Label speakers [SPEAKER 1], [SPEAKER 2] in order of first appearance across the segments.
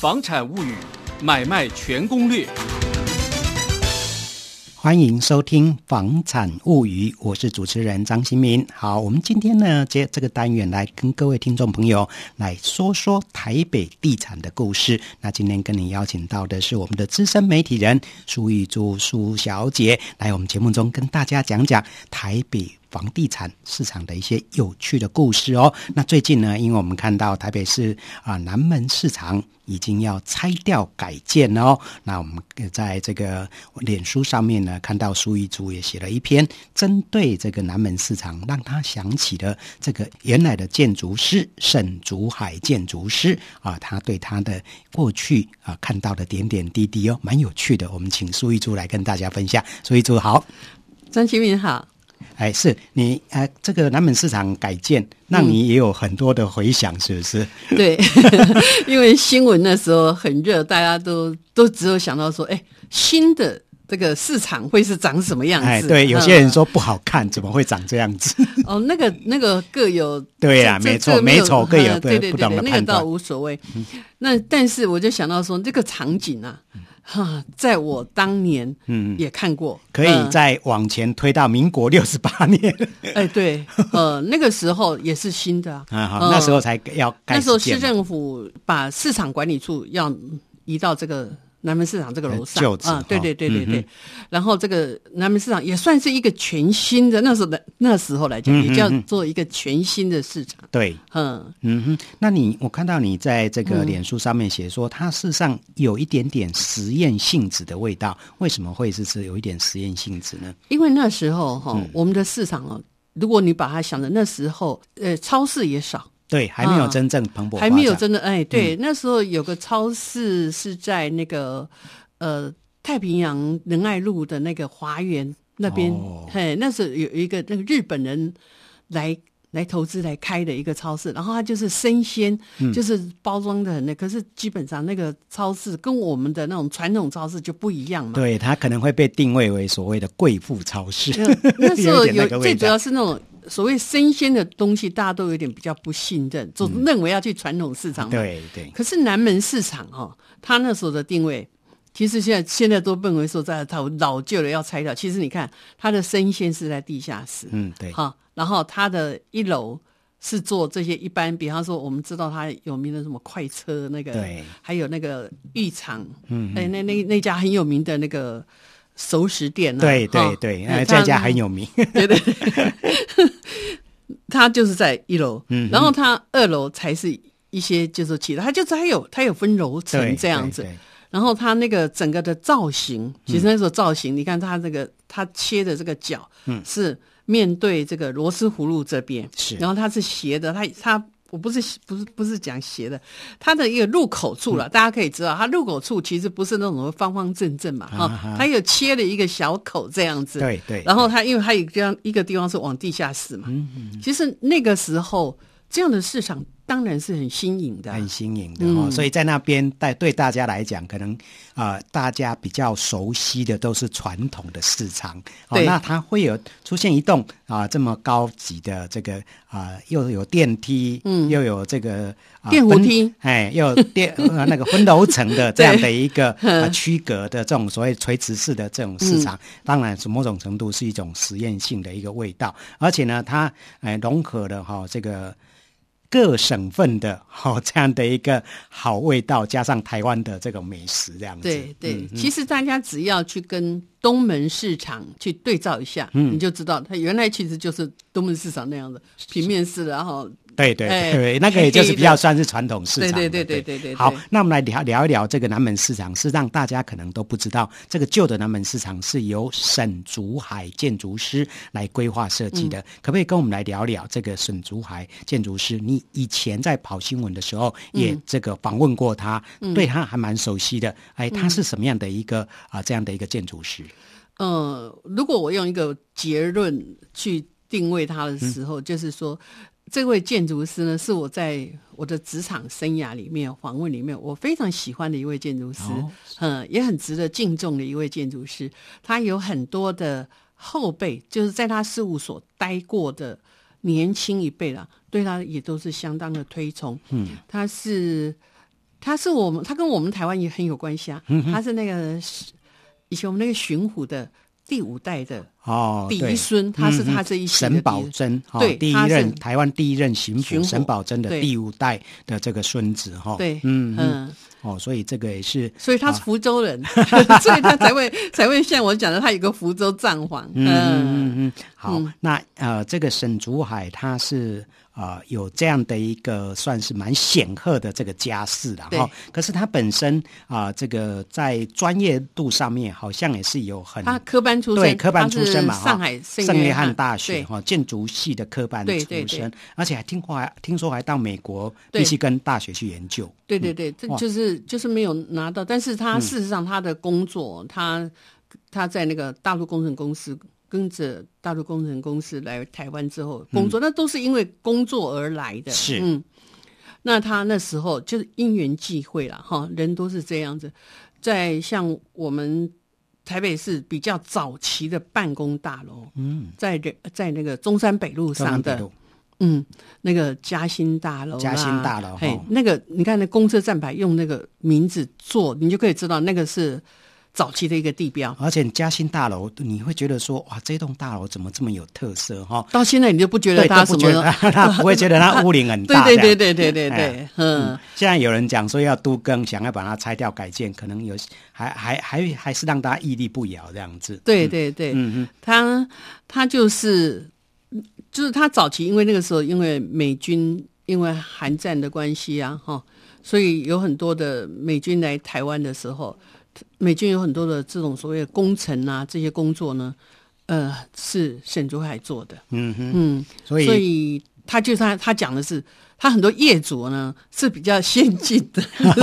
[SPEAKER 1] 房产物语》买卖全攻略。
[SPEAKER 2] 欢迎收听《房产物语》，我是主持人张新民。好，我们今天呢，接这个单元来跟各位听众朋友来说说台北地产的故事。那今天跟你邀请到的是我们的资深媒体人苏玉珠苏小姐，来我们节目中跟大家讲讲台北。房地产市场的一些有趣的故事哦。那最近呢，因为我们看到台北市啊、南门市场已经要拆掉改建了哦，那我们呃在这个脸书上面呢，看到苏一竹也写了一篇针对这个南门市场，让他想起了这个原来的建筑师沈竹海建筑师啊，他对他的过去啊看到的点点滴滴哦，蛮有趣的。我们请苏一竹来跟大家分享。苏一竹好。
[SPEAKER 3] 张新 民好，
[SPEAKER 2] 哎，是你呃，这个南门市场改建，
[SPEAKER 3] 嗯
[SPEAKER 2] 让你也有很多的回响，是不是？
[SPEAKER 3] 对， 因为新闻那时候很热，大家都都只有想到说，哎，新的这个市场会是长什么样子？
[SPEAKER 2] 哎，对，有些人
[SPEAKER 3] 嗯、
[SPEAKER 2] 说不好看，怎么会长这样子？
[SPEAKER 3] 哦，那个那个各有
[SPEAKER 2] 对啊
[SPEAKER 3] 这
[SPEAKER 2] 没
[SPEAKER 3] 这
[SPEAKER 2] 错
[SPEAKER 3] 这个没
[SPEAKER 2] 美丑各有
[SPEAKER 3] 嗯
[SPEAKER 2] 不
[SPEAKER 3] 对对
[SPEAKER 2] 不
[SPEAKER 3] 对
[SPEAKER 2] 同的
[SPEAKER 3] 对，那个
[SPEAKER 2] 判断嗯
[SPEAKER 3] 倒无所谓。那但是我就想到说，这个场景啊，哈，在我当年嗯也看过，
[SPEAKER 2] 可以
[SPEAKER 3] 嗯
[SPEAKER 2] 再往前推到民国六十八年
[SPEAKER 3] 哎对，呃，那个时候也是新的啊，
[SPEAKER 2] 啊，好，
[SPEAKER 3] 嗯
[SPEAKER 2] 那时候才要改
[SPEAKER 3] 那时候
[SPEAKER 2] 建
[SPEAKER 3] 市
[SPEAKER 2] 嘛
[SPEAKER 3] 政府把市场管理处要移到这个南门市场这个楼
[SPEAKER 2] 呃
[SPEAKER 3] 上
[SPEAKER 2] 旧址
[SPEAKER 3] 啊，对
[SPEAKER 2] 哈嗯
[SPEAKER 3] 对对对对。然后这个南门市场也算是一个全新的，那时候的那时候来讲，
[SPEAKER 2] 嗯
[SPEAKER 3] 也叫做一个全新的市场。
[SPEAKER 2] 对，
[SPEAKER 3] 嗯，
[SPEAKER 2] 嗯哼，那你我看到你在这个脸书上面写说，它事实上有一点点实验性质的味道，为什么会是是有一点实验性质呢？
[SPEAKER 3] 因为那时候哈、
[SPEAKER 2] 嗯
[SPEAKER 3] 我们的市场哦，如果你把它想的那时候，呃，超市也少，
[SPEAKER 2] 对，还没有
[SPEAKER 3] 啊
[SPEAKER 2] 真正蓬勃发展，
[SPEAKER 3] 还没有真的
[SPEAKER 2] 嗯
[SPEAKER 3] 哎，对，那时候有个超市是在那个呃太平洋仁爱路的那个华园那边，
[SPEAKER 2] 哦
[SPEAKER 3] 嘿，那时候有一个那个日本人来。来投资来开的一个超市，然后它就是生鲜，
[SPEAKER 2] 嗯
[SPEAKER 3] 就是包装的很那，可是基本上那个超市跟我们的那种传统超市就不一样嘛。
[SPEAKER 2] 对，它可能会被定位为所谓的贵妇超市。
[SPEAKER 3] 那时候
[SPEAKER 2] 有一点那
[SPEAKER 3] 有
[SPEAKER 2] 个味
[SPEAKER 3] 最
[SPEAKER 2] 道
[SPEAKER 3] 主要是那种所谓生鲜的东西，大家都有点比较不信任，总
[SPEAKER 2] 嗯
[SPEAKER 3] 认为要去传统市场买。
[SPEAKER 2] 对对，
[SPEAKER 3] 可是南门市场哈、哦，它那时候的定位，其实现在现在都认为说在它老旧了要拆掉。其实你看，它的生鲜是在地下室，
[SPEAKER 2] 嗯对，
[SPEAKER 3] 哈、然后它的一楼是做这些一般，比方说我们知道它有名的什么快车那个，
[SPEAKER 2] 对，
[SPEAKER 3] 还有那个浴场，嗯，哎，那那那家很有名的那个熟食店、啊，
[SPEAKER 2] 对对
[SPEAKER 3] 哈
[SPEAKER 2] 对，
[SPEAKER 3] 哎
[SPEAKER 2] 呃，这家
[SPEAKER 3] 它
[SPEAKER 2] 很有 名。
[SPEAKER 3] 它就是在一楼，
[SPEAKER 2] 嗯
[SPEAKER 3] 然后它二楼才是一些就是其他，它就是它有它有分楼层
[SPEAKER 2] 对，
[SPEAKER 3] 这样子
[SPEAKER 2] 对。。对
[SPEAKER 3] 然后它那个整个的造
[SPEAKER 2] 嗯
[SPEAKER 3] 型，其实那时候造型，你看它这个它切的这个角，是面对这个螺丝葫芦这边，
[SPEAKER 2] 嗯是
[SPEAKER 3] 然后它是斜的，它它。我不是不是不是讲斜的，它的一个入口处
[SPEAKER 2] 嗯
[SPEAKER 3] 了，大家可以知道，它入口处其实不是那种方方正正嘛，哈、
[SPEAKER 2] 啊哈
[SPEAKER 3] 它有切了一个小口这样子，
[SPEAKER 2] 对对
[SPEAKER 3] 然后它因为它有这样一个地方是往地下室嘛，
[SPEAKER 2] 嗯
[SPEAKER 3] 其实那个时候这样的市场当然是很新颖的啊、
[SPEAKER 2] 很新颖的哦，所以在那边带对大家来讲，可能呃大家比较熟悉的都是传统的市场哦，
[SPEAKER 3] 对
[SPEAKER 2] 那它会有出现一栋啊、这么高级的这个啊、又有电梯，嗯，又有这个、啊
[SPEAKER 3] 电扶
[SPEAKER 2] 分
[SPEAKER 3] 梯
[SPEAKER 2] 哎，又有 电呃那个分楼层的这样
[SPEAKER 3] 对嗯
[SPEAKER 2] 的一个呃区隔的这种所谓垂直式的这种市场，当然是某种程度是一种实验性的一个味道，而且呢，它哎融合了哈、这个。各省份的好、这样的一个好味道，加上台湾的这个美食这样子。嗯
[SPEAKER 3] 对对，其实大家只要去跟东门市场去对照一下，
[SPEAKER 2] 嗯
[SPEAKER 3] 你就知道它原来其实就是东门市场那样的平面式的，然后
[SPEAKER 2] 对对对
[SPEAKER 3] 哎
[SPEAKER 2] 对，那个也就是比较算是传统市场的。
[SPEAKER 3] 对对对对对对对
[SPEAKER 2] 好，那我们来聊聊一聊这个南门市场，是让大家可能都不知道，这个旧的南门市场是由沈竹海建筑师来规划设计
[SPEAKER 3] 嗯
[SPEAKER 2] 的。可不可以跟我们来聊聊这个沈竹海建筑师？你以前在跑新闻的时候也
[SPEAKER 3] 嗯
[SPEAKER 2] 这个访问过他，对他还蛮熟悉的。哎，
[SPEAKER 3] 嗯
[SPEAKER 2] 他是什么样的一个啊、这样的一个建筑师？
[SPEAKER 3] 呃，如果我用一个结论去定位他的时候，就是说，这位建筑师呢，是我在我的职场生涯里面访问里面，我非常喜欢的一位建筑师，
[SPEAKER 2] 哦
[SPEAKER 3] 嗯、也很值得敬重的一位建筑师。他有很多的后辈，就是在他事务所待过的年轻一辈啦，对他也都是相当的推崇。嗯，他是他是我们，他跟我们台湾也很有关系啊。他是那个以前我们那个巡虎的第五代的
[SPEAKER 2] 哦，
[SPEAKER 3] 第
[SPEAKER 2] 对
[SPEAKER 3] 一孙，他是
[SPEAKER 2] 嗯哼
[SPEAKER 3] 他这一系的第一
[SPEAKER 2] 沈葆桢，哈
[SPEAKER 3] 对
[SPEAKER 2] 第一
[SPEAKER 3] 他是
[SPEAKER 2] 任台湾第一任巡
[SPEAKER 3] 巡
[SPEAKER 2] 抚
[SPEAKER 3] 抚
[SPEAKER 2] 沈葆桢的
[SPEAKER 3] 对
[SPEAKER 2] 第五代的这个孙子，哈，
[SPEAKER 3] 对，
[SPEAKER 2] 嗯嗯，
[SPEAKER 3] 嗯，
[SPEAKER 2] 哦，所以这个也是
[SPEAKER 3] 所以他是福州人，
[SPEAKER 2] 啊
[SPEAKER 3] 所以他才会才会像我讲的，他有个福州藏皇。嗯，
[SPEAKER 2] 嗯嗯，好，那呃，这个沈竹海他是呃有这样的一个算是蛮显赫的这个家世了
[SPEAKER 3] 对
[SPEAKER 2] 哈，可是他本身啊、这个在专业度上面好像也是有很
[SPEAKER 3] 他科班出身，
[SPEAKER 2] 对科班出身嘛哈，
[SPEAKER 3] 他是上海啊
[SPEAKER 2] 圣
[SPEAKER 3] 约
[SPEAKER 2] 约翰大学哈建筑系的科班出
[SPEAKER 3] 对
[SPEAKER 2] 身，
[SPEAKER 3] 对对
[SPEAKER 2] 而且还听过还听说还到美国
[SPEAKER 3] 对
[SPEAKER 2] 密西根大学去研究，
[SPEAKER 3] 对对对，这
[SPEAKER 2] 嗯哇嗯
[SPEAKER 3] 就是就是没有拿到，但是他事实上他的工作，他他在那个大陆工程公司跟着大陆工程公司来台湾之后工作，那都是因为工作而来的。
[SPEAKER 2] 嗯是
[SPEAKER 3] 嗯，那他那时候就是因缘际会啦，哈，人都是这样子，在像我们。台北市比较早期的办公大楼，嗯，在人在那个中山北路
[SPEAKER 2] 中
[SPEAKER 3] 上
[SPEAKER 2] 南北
[SPEAKER 3] 的，
[SPEAKER 2] 路
[SPEAKER 3] 嗯，那个嘉兴大楼啦，
[SPEAKER 2] 嘉兴大楼
[SPEAKER 3] 嘿
[SPEAKER 2] 哈，
[SPEAKER 3] 那个你看那公车站牌用那个名字做，你就可以知道那个是早期的一个地标。
[SPEAKER 2] 而且嘉兴大楼你会觉得说哇，这栋大楼怎么这么有特色哈？
[SPEAKER 3] 到现在你就不觉得
[SPEAKER 2] 对，
[SPEAKER 3] 它
[SPEAKER 2] 都不
[SPEAKER 3] 什
[SPEAKER 2] 觉得
[SPEAKER 3] 么？
[SPEAKER 2] 他 他不会觉得它屋龄很
[SPEAKER 3] 对
[SPEAKER 2] 大。
[SPEAKER 3] 对
[SPEAKER 2] 这
[SPEAKER 3] 对
[SPEAKER 2] 样
[SPEAKER 3] 对对对对
[SPEAKER 2] 哎，
[SPEAKER 3] 嗯，
[SPEAKER 2] 现在有人讲说要都更，想要把它拆掉改建，可能有还还还还是让大家屹立不摇这样子。
[SPEAKER 3] 对对对，
[SPEAKER 2] 嗯
[SPEAKER 3] 他他就是就是他早期因为那个时候因为美军因为韩战的关系啊哈，所以有很多的美军来台湾的时候，美军有很多的这种所谓的工程啊这些工作呢，呃是沈竹海做的，
[SPEAKER 2] 嗯哼，
[SPEAKER 3] 嗯，
[SPEAKER 2] 所以
[SPEAKER 3] 所以他就他他讲的是。他很多业主呢是比较先进的，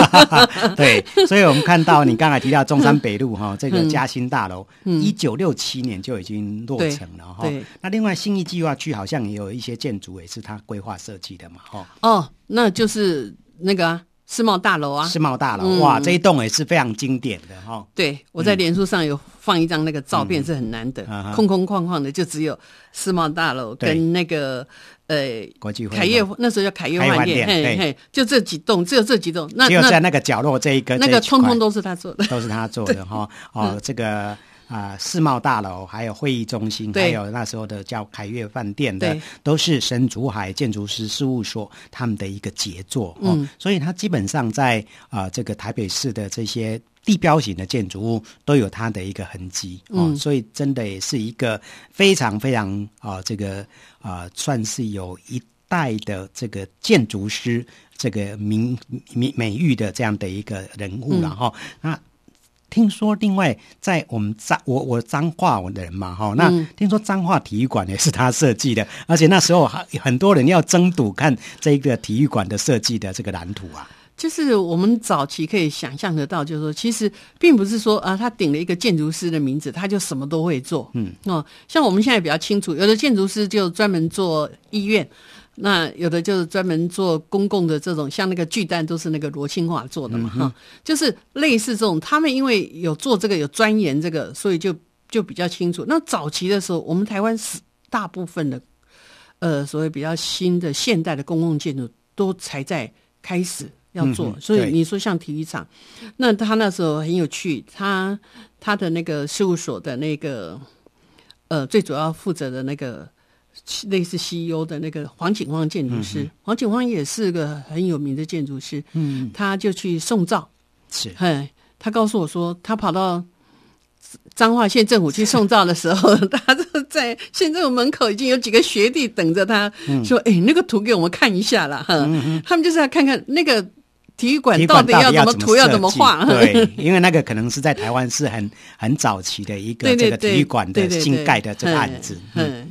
[SPEAKER 2] 对，所以我们看到你刚才提到中山北路
[SPEAKER 3] 嗯
[SPEAKER 2] 哈，这个嘉兴大楼，一九六七年就已经落成了哈
[SPEAKER 3] 对对。
[SPEAKER 2] 那另外新义计划区好像也有一些建筑也是它规划设计的嘛哈。
[SPEAKER 3] 哦，那就是那个啊世贸大楼啊，
[SPEAKER 2] 世贸大楼、
[SPEAKER 3] 嗯
[SPEAKER 2] 哇，这一栋也是非常经典的哈。
[SPEAKER 3] 对，我在脸书上有放一张那个照片，是很难得，
[SPEAKER 2] 嗯啊哈
[SPEAKER 3] 空空旷旷的，就只有世贸大楼
[SPEAKER 2] 对
[SPEAKER 3] 跟那个呃
[SPEAKER 2] 国际会
[SPEAKER 3] 凯悦，那时候叫凯悦
[SPEAKER 2] 凯悦
[SPEAKER 3] 饭
[SPEAKER 2] 饭店
[SPEAKER 3] 店，嘿
[SPEAKER 2] 对
[SPEAKER 3] 嘿，就这几栋，只有这几栋，那
[SPEAKER 2] 只有在
[SPEAKER 3] 那
[SPEAKER 2] 那个角落这一个
[SPEAKER 3] 那
[SPEAKER 2] 这
[SPEAKER 3] 个
[SPEAKER 2] 一区
[SPEAKER 3] 通
[SPEAKER 2] 块
[SPEAKER 3] 通都是他做的， 嗯
[SPEAKER 2] 都是他做的哈。哦，这个啊、呃世贸大楼，还有会议中心，
[SPEAKER 3] 对
[SPEAKER 2] 还有那时候的叫凯悦饭店的
[SPEAKER 3] 对，
[SPEAKER 2] 都是沈竹海建筑师事务所他们的一个杰作哦。
[SPEAKER 3] 嗯
[SPEAKER 2] 所以他基本上在啊、呃这个台北市的这些。地标型的建筑物都有它的一个痕迹哦，
[SPEAKER 3] 嗯
[SPEAKER 2] 所以真的也是一个非常非常啊、呃这个啊、呃算是有一代的这个建筑师这个名名美誉的这样的一个人物
[SPEAKER 3] 嗯
[SPEAKER 2] 了哈、那听说另外在我们彰我我彰化我的人嘛哈，
[SPEAKER 3] 嗯
[SPEAKER 2] 那听说彰化体育馆也是他设计的，而且那时候还很多人要争睹看这个体育馆的设计的这个蓝图啊，
[SPEAKER 3] 就是我们早期可以想象得到，就是说，其实并不是说啊，他顶了一个建筑师的名字，他就什么都会做。嗯，哦，像我们现在比较清楚，有的建筑师就专门做医院，那有的就是专门做公共的这种，像那个巨蛋都是那个罗清华做的嘛，
[SPEAKER 2] 嗯
[SPEAKER 3] 哈、就是类似这种，他们因为有做这个有钻研这个，所以就就比较清楚。那早期的时候，我们台湾是大部分的呃所谓比较新的现代的公共建筑都才在开始要做，
[SPEAKER 2] 嗯哼
[SPEAKER 3] 所
[SPEAKER 2] 对
[SPEAKER 3] 以你说像体育场，那他那时候很有趣，他他的那个事务所的那个呃最主要负责的那个类似 CEO 的那个黄景芳
[SPEAKER 2] 嗯
[SPEAKER 3] 建筑师，黄景芳也是个很有名的建筑师，嗯，他就去送照，
[SPEAKER 2] 是
[SPEAKER 3] 嘿，他告诉我说，他跑到彰化县政府去送照的时候， 他就在县政府门口已经有几个学弟等着他，
[SPEAKER 2] 嗯
[SPEAKER 3] 说：“哎、那个图给我们看一下啦。”哈、他们就是要看看那个体育馆
[SPEAKER 2] 体育
[SPEAKER 3] 到
[SPEAKER 2] 馆
[SPEAKER 3] 底
[SPEAKER 2] 到底
[SPEAKER 3] 怎么
[SPEAKER 2] 么
[SPEAKER 3] 图，要怎么
[SPEAKER 2] 设计
[SPEAKER 3] 画。
[SPEAKER 2] 对，因为那个可能是在台湾是很很早期的一个
[SPEAKER 3] 对
[SPEAKER 2] 这
[SPEAKER 3] 对
[SPEAKER 2] 个
[SPEAKER 3] 对，
[SPEAKER 2] 体育馆
[SPEAKER 3] 对
[SPEAKER 2] 的
[SPEAKER 3] 对
[SPEAKER 2] 新
[SPEAKER 3] 对
[SPEAKER 2] 盖的这个案子，嗯
[SPEAKER 3] 嗯。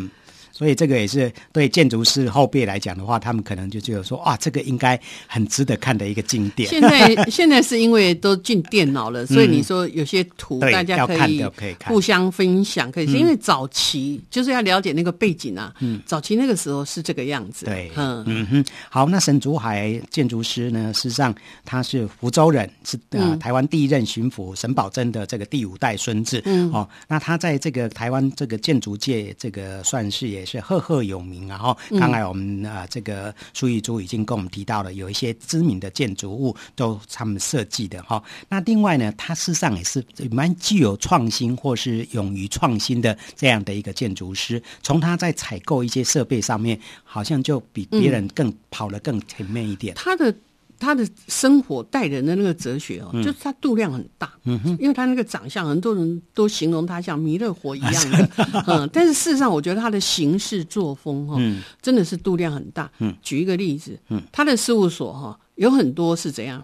[SPEAKER 3] 嗯
[SPEAKER 2] 所以这个也是对建筑师后辈来讲的话，他们可能就觉得说，哇，这个应该很值得看的一个景点。嗯
[SPEAKER 3] 现在 现在是因为都进电脑了，所以你说有些图
[SPEAKER 2] 对
[SPEAKER 3] 大家
[SPEAKER 2] 要
[SPEAKER 3] 可
[SPEAKER 2] 看
[SPEAKER 3] 以
[SPEAKER 2] 的可以看嗯
[SPEAKER 3] 互相分享，可以因为早期就是要了解那个背景啊，早期那个时候是这个样子，
[SPEAKER 2] 对，
[SPEAKER 3] 嗯，
[SPEAKER 2] 嗯哼，好，那沈竹海建筑师呢，事实上他是福州人，是呃台湾第一任巡抚沈葆桢的这个第五代孙子，嗯，哦，那他在这个台湾这个建筑界，这个算是也也是赫赫有名啊。哈，刚才我们啊、呃这个苏玉珠已经跟我们提到了，有一些知名的建筑物都他们设计的哈。那另外呢，它事实上也是呃蛮具有创新或是勇于创新的这样的一个建筑师。从他在采购一些设备上面，好像就比别人更、跑得更前面一点。
[SPEAKER 3] 他的他的生活待人的那个哲学哦，就是他度量很大，嗯哼，因为他那个长相，很多人都形容他像弥勒佛一样的， 嗯，但是事实上，我觉得他的行事作风哈、哦，真的是度量很大。嗯，举一个例子，嗯，他的事务所哈、哦，有很多是怎样？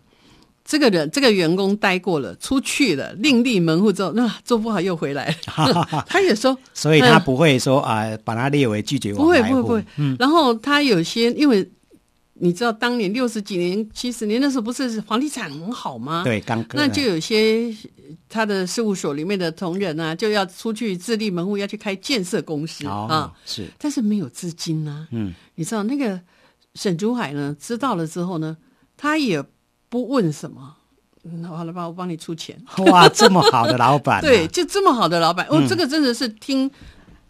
[SPEAKER 3] 这个人，这个员工待过了，出去了，另立门户之后，那、啊做不好又回来 了。他也说，
[SPEAKER 2] 所以他
[SPEAKER 3] 嗯
[SPEAKER 2] 不会说啊、呃把它列为拒绝
[SPEAKER 3] 不
[SPEAKER 2] 往
[SPEAKER 3] 会
[SPEAKER 2] 来
[SPEAKER 3] 不会
[SPEAKER 2] 户。
[SPEAKER 3] 不会。然后他有些，因为你知道，当年六十几年、七十年那时候，不是房地产很好吗？。
[SPEAKER 2] 对，刚呃
[SPEAKER 3] 那就有些他的事务所里面的同仁啊，就要出去自立门户，要去开建设公司、
[SPEAKER 2] 哦
[SPEAKER 3] 啊，，
[SPEAKER 2] 是
[SPEAKER 3] 但是没有资金啊。
[SPEAKER 2] 嗯，
[SPEAKER 3] 你知道那个沈竹海呢，知道了之后呢，他也不问什么，嗯，好了吧，我帮你出钱。
[SPEAKER 2] 哇，这么好的老板、啊，嗯
[SPEAKER 3] 对，就这么好的老板，哦，这个真的是听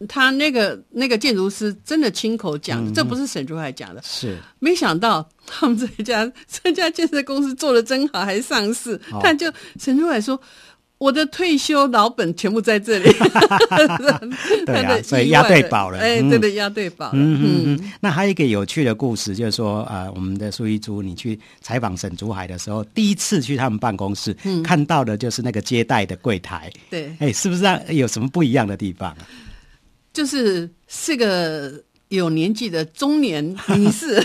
[SPEAKER 3] 他那个那个建筑师真的亲口讲
[SPEAKER 2] 嗯
[SPEAKER 3] 的，这不是沈竹海讲的。
[SPEAKER 2] 是
[SPEAKER 3] 没想到他们这家 这家建设公司做的真好，还上市。
[SPEAKER 2] 哦
[SPEAKER 3] 他就沈竹海说。我的退休老本全部 在这里，啊
[SPEAKER 2] 对
[SPEAKER 3] 他的
[SPEAKER 2] 啊，所以
[SPEAKER 3] 意
[SPEAKER 2] 押
[SPEAKER 3] 外
[SPEAKER 2] 对
[SPEAKER 3] 的
[SPEAKER 2] 宝了，
[SPEAKER 3] 哎，
[SPEAKER 2] 嗯
[SPEAKER 3] 对的，押对宝了，
[SPEAKER 2] 嗯
[SPEAKER 3] 嗯，
[SPEAKER 2] 嗯嗯，那还有一个有趣的故事，就是说，呃，我们的苏一珠，你去采访沈竹海的时候，第一次去他们办公室，看到的就是那个接待的柜台，
[SPEAKER 3] 嗯对，
[SPEAKER 2] 哎，是不是让有什么不一样的地方 啊？
[SPEAKER 3] 就是是个有年纪的中年女士，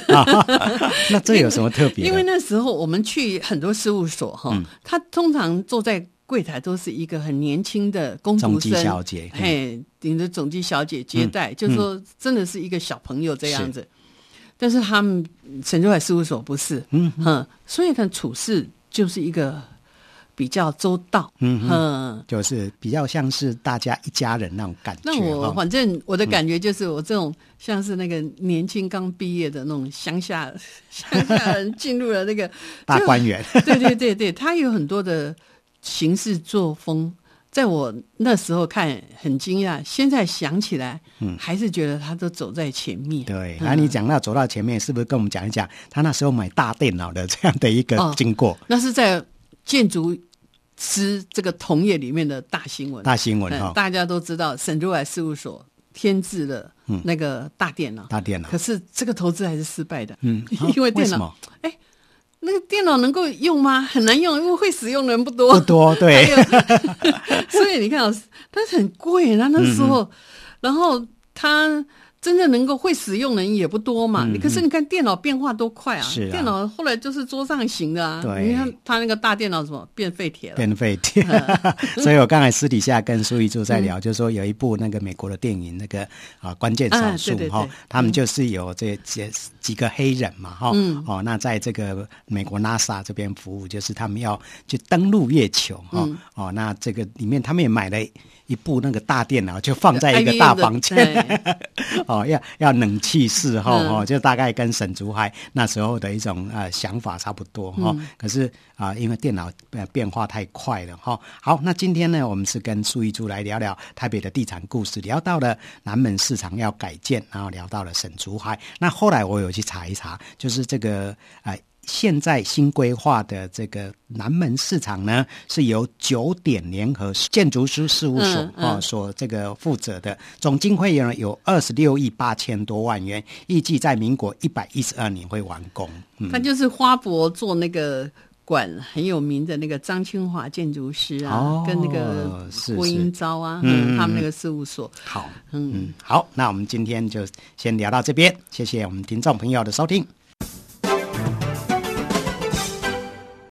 [SPEAKER 2] 那这有什么特别的？嗯
[SPEAKER 3] 因为那时候我们去很多事务所哈，他通常坐在柜台都是一个很年轻的工读
[SPEAKER 2] 总机
[SPEAKER 3] 生
[SPEAKER 2] 小姐嗯
[SPEAKER 3] 嘿，顶着总机小姐接待，就说真的是一个小朋友这样子。但是他们陈州海事务所不是，嗯所以他处事就是一个比较周到，嗯
[SPEAKER 2] 就是比较像是大家一家人那种感觉
[SPEAKER 3] 那我
[SPEAKER 2] 哈。
[SPEAKER 3] 反正我的感觉就是，我这种像是那个年轻刚毕业的那种乡下 乡下人进入了那个
[SPEAKER 2] 大观 园，
[SPEAKER 3] 对对对对，他有很多的行事作风，在我那时候看很惊讶，现在想起来，还是觉得他都走在前面。
[SPEAKER 2] 嗯对，
[SPEAKER 3] 嗯
[SPEAKER 2] 那你讲到走到前面，是不是跟我们讲一讲他那时候买大电脑的这样的一个
[SPEAKER 3] 哦
[SPEAKER 2] 经过？
[SPEAKER 3] 那是在建筑师这个同业里面的大新闻，
[SPEAKER 2] 大新闻哈
[SPEAKER 3] 嗯大家都知道沈珠海事务所添置了那个大电脑，
[SPEAKER 2] 嗯大电脑
[SPEAKER 3] 可，是这个投资还是失败的，
[SPEAKER 2] 嗯啊
[SPEAKER 3] 因为
[SPEAKER 2] 为
[SPEAKER 3] 电
[SPEAKER 2] 什
[SPEAKER 3] 脑
[SPEAKER 2] 么
[SPEAKER 3] 那个电脑能够用吗？很难用，因为会使用的人不多。
[SPEAKER 2] 不多？对，
[SPEAKER 3] 所以你看啊，它很贵，它那时候，
[SPEAKER 2] 嗯
[SPEAKER 3] 然后它真正能够会使用的人也不多嘛。可是你看电脑变化多快啊！
[SPEAKER 2] 嗯是啊
[SPEAKER 3] 电脑后来就是桌上型的啊。
[SPEAKER 2] 对
[SPEAKER 3] 你看它那个大电脑什么变废铁了。嗯
[SPEAKER 2] 电费贴。 所以我刚才私底下跟苏一柱在聊，就是说有一部那个美国的电影，那个啊关键少数
[SPEAKER 3] 啊对对
[SPEAKER 2] 哈
[SPEAKER 3] 对，
[SPEAKER 2] 他们就是有这几几个黑人嘛哈，
[SPEAKER 3] 嗯
[SPEAKER 2] 哦，那在这个美国 NASA 这边服务，就是他们要去登陆月球哈，
[SPEAKER 3] 嗯
[SPEAKER 2] 哦，那这个里面他们也买了。一部那个大电脑就放在一个
[SPEAKER 3] IBM
[SPEAKER 2] 大
[SPEAKER 3] 的
[SPEAKER 2] 房 间，
[SPEAKER 3] 对
[SPEAKER 2] 哦，要要冷气伺候
[SPEAKER 3] 嗯
[SPEAKER 2] 哦，就大概跟沈竹海那时候的一种呃想法差不多哈、哦可是啊、因为电脑呃变化太快了哈、好，那今天呢，我们是跟苏一珠来聊聊台北的地产故事，聊到了南门市场要改建，然后聊到了沈竹海。那后来我有去查一查，就是这个呃。现在新规划的这个南门市场呢，是由九点联合建筑师事务所、
[SPEAKER 3] 嗯嗯
[SPEAKER 2] 哦所这个负责的，总经费呢有二十六亿八千多万元，预计在民国一百一十二年会完工。 嗯，
[SPEAKER 3] 他就是花博做那个馆很有名的那个张清华建筑师啊，
[SPEAKER 2] 哦
[SPEAKER 3] 跟那个
[SPEAKER 2] 是
[SPEAKER 3] 郭
[SPEAKER 2] 是
[SPEAKER 3] 英昭啊，
[SPEAKER 2] 嗯嗯
[SPEAKER 3] 嗯他们那个事务所。
[SPEAKER 2] 好，嗯，好，那我们今天就先聊到这边，谢谢我们听众朋友的收听，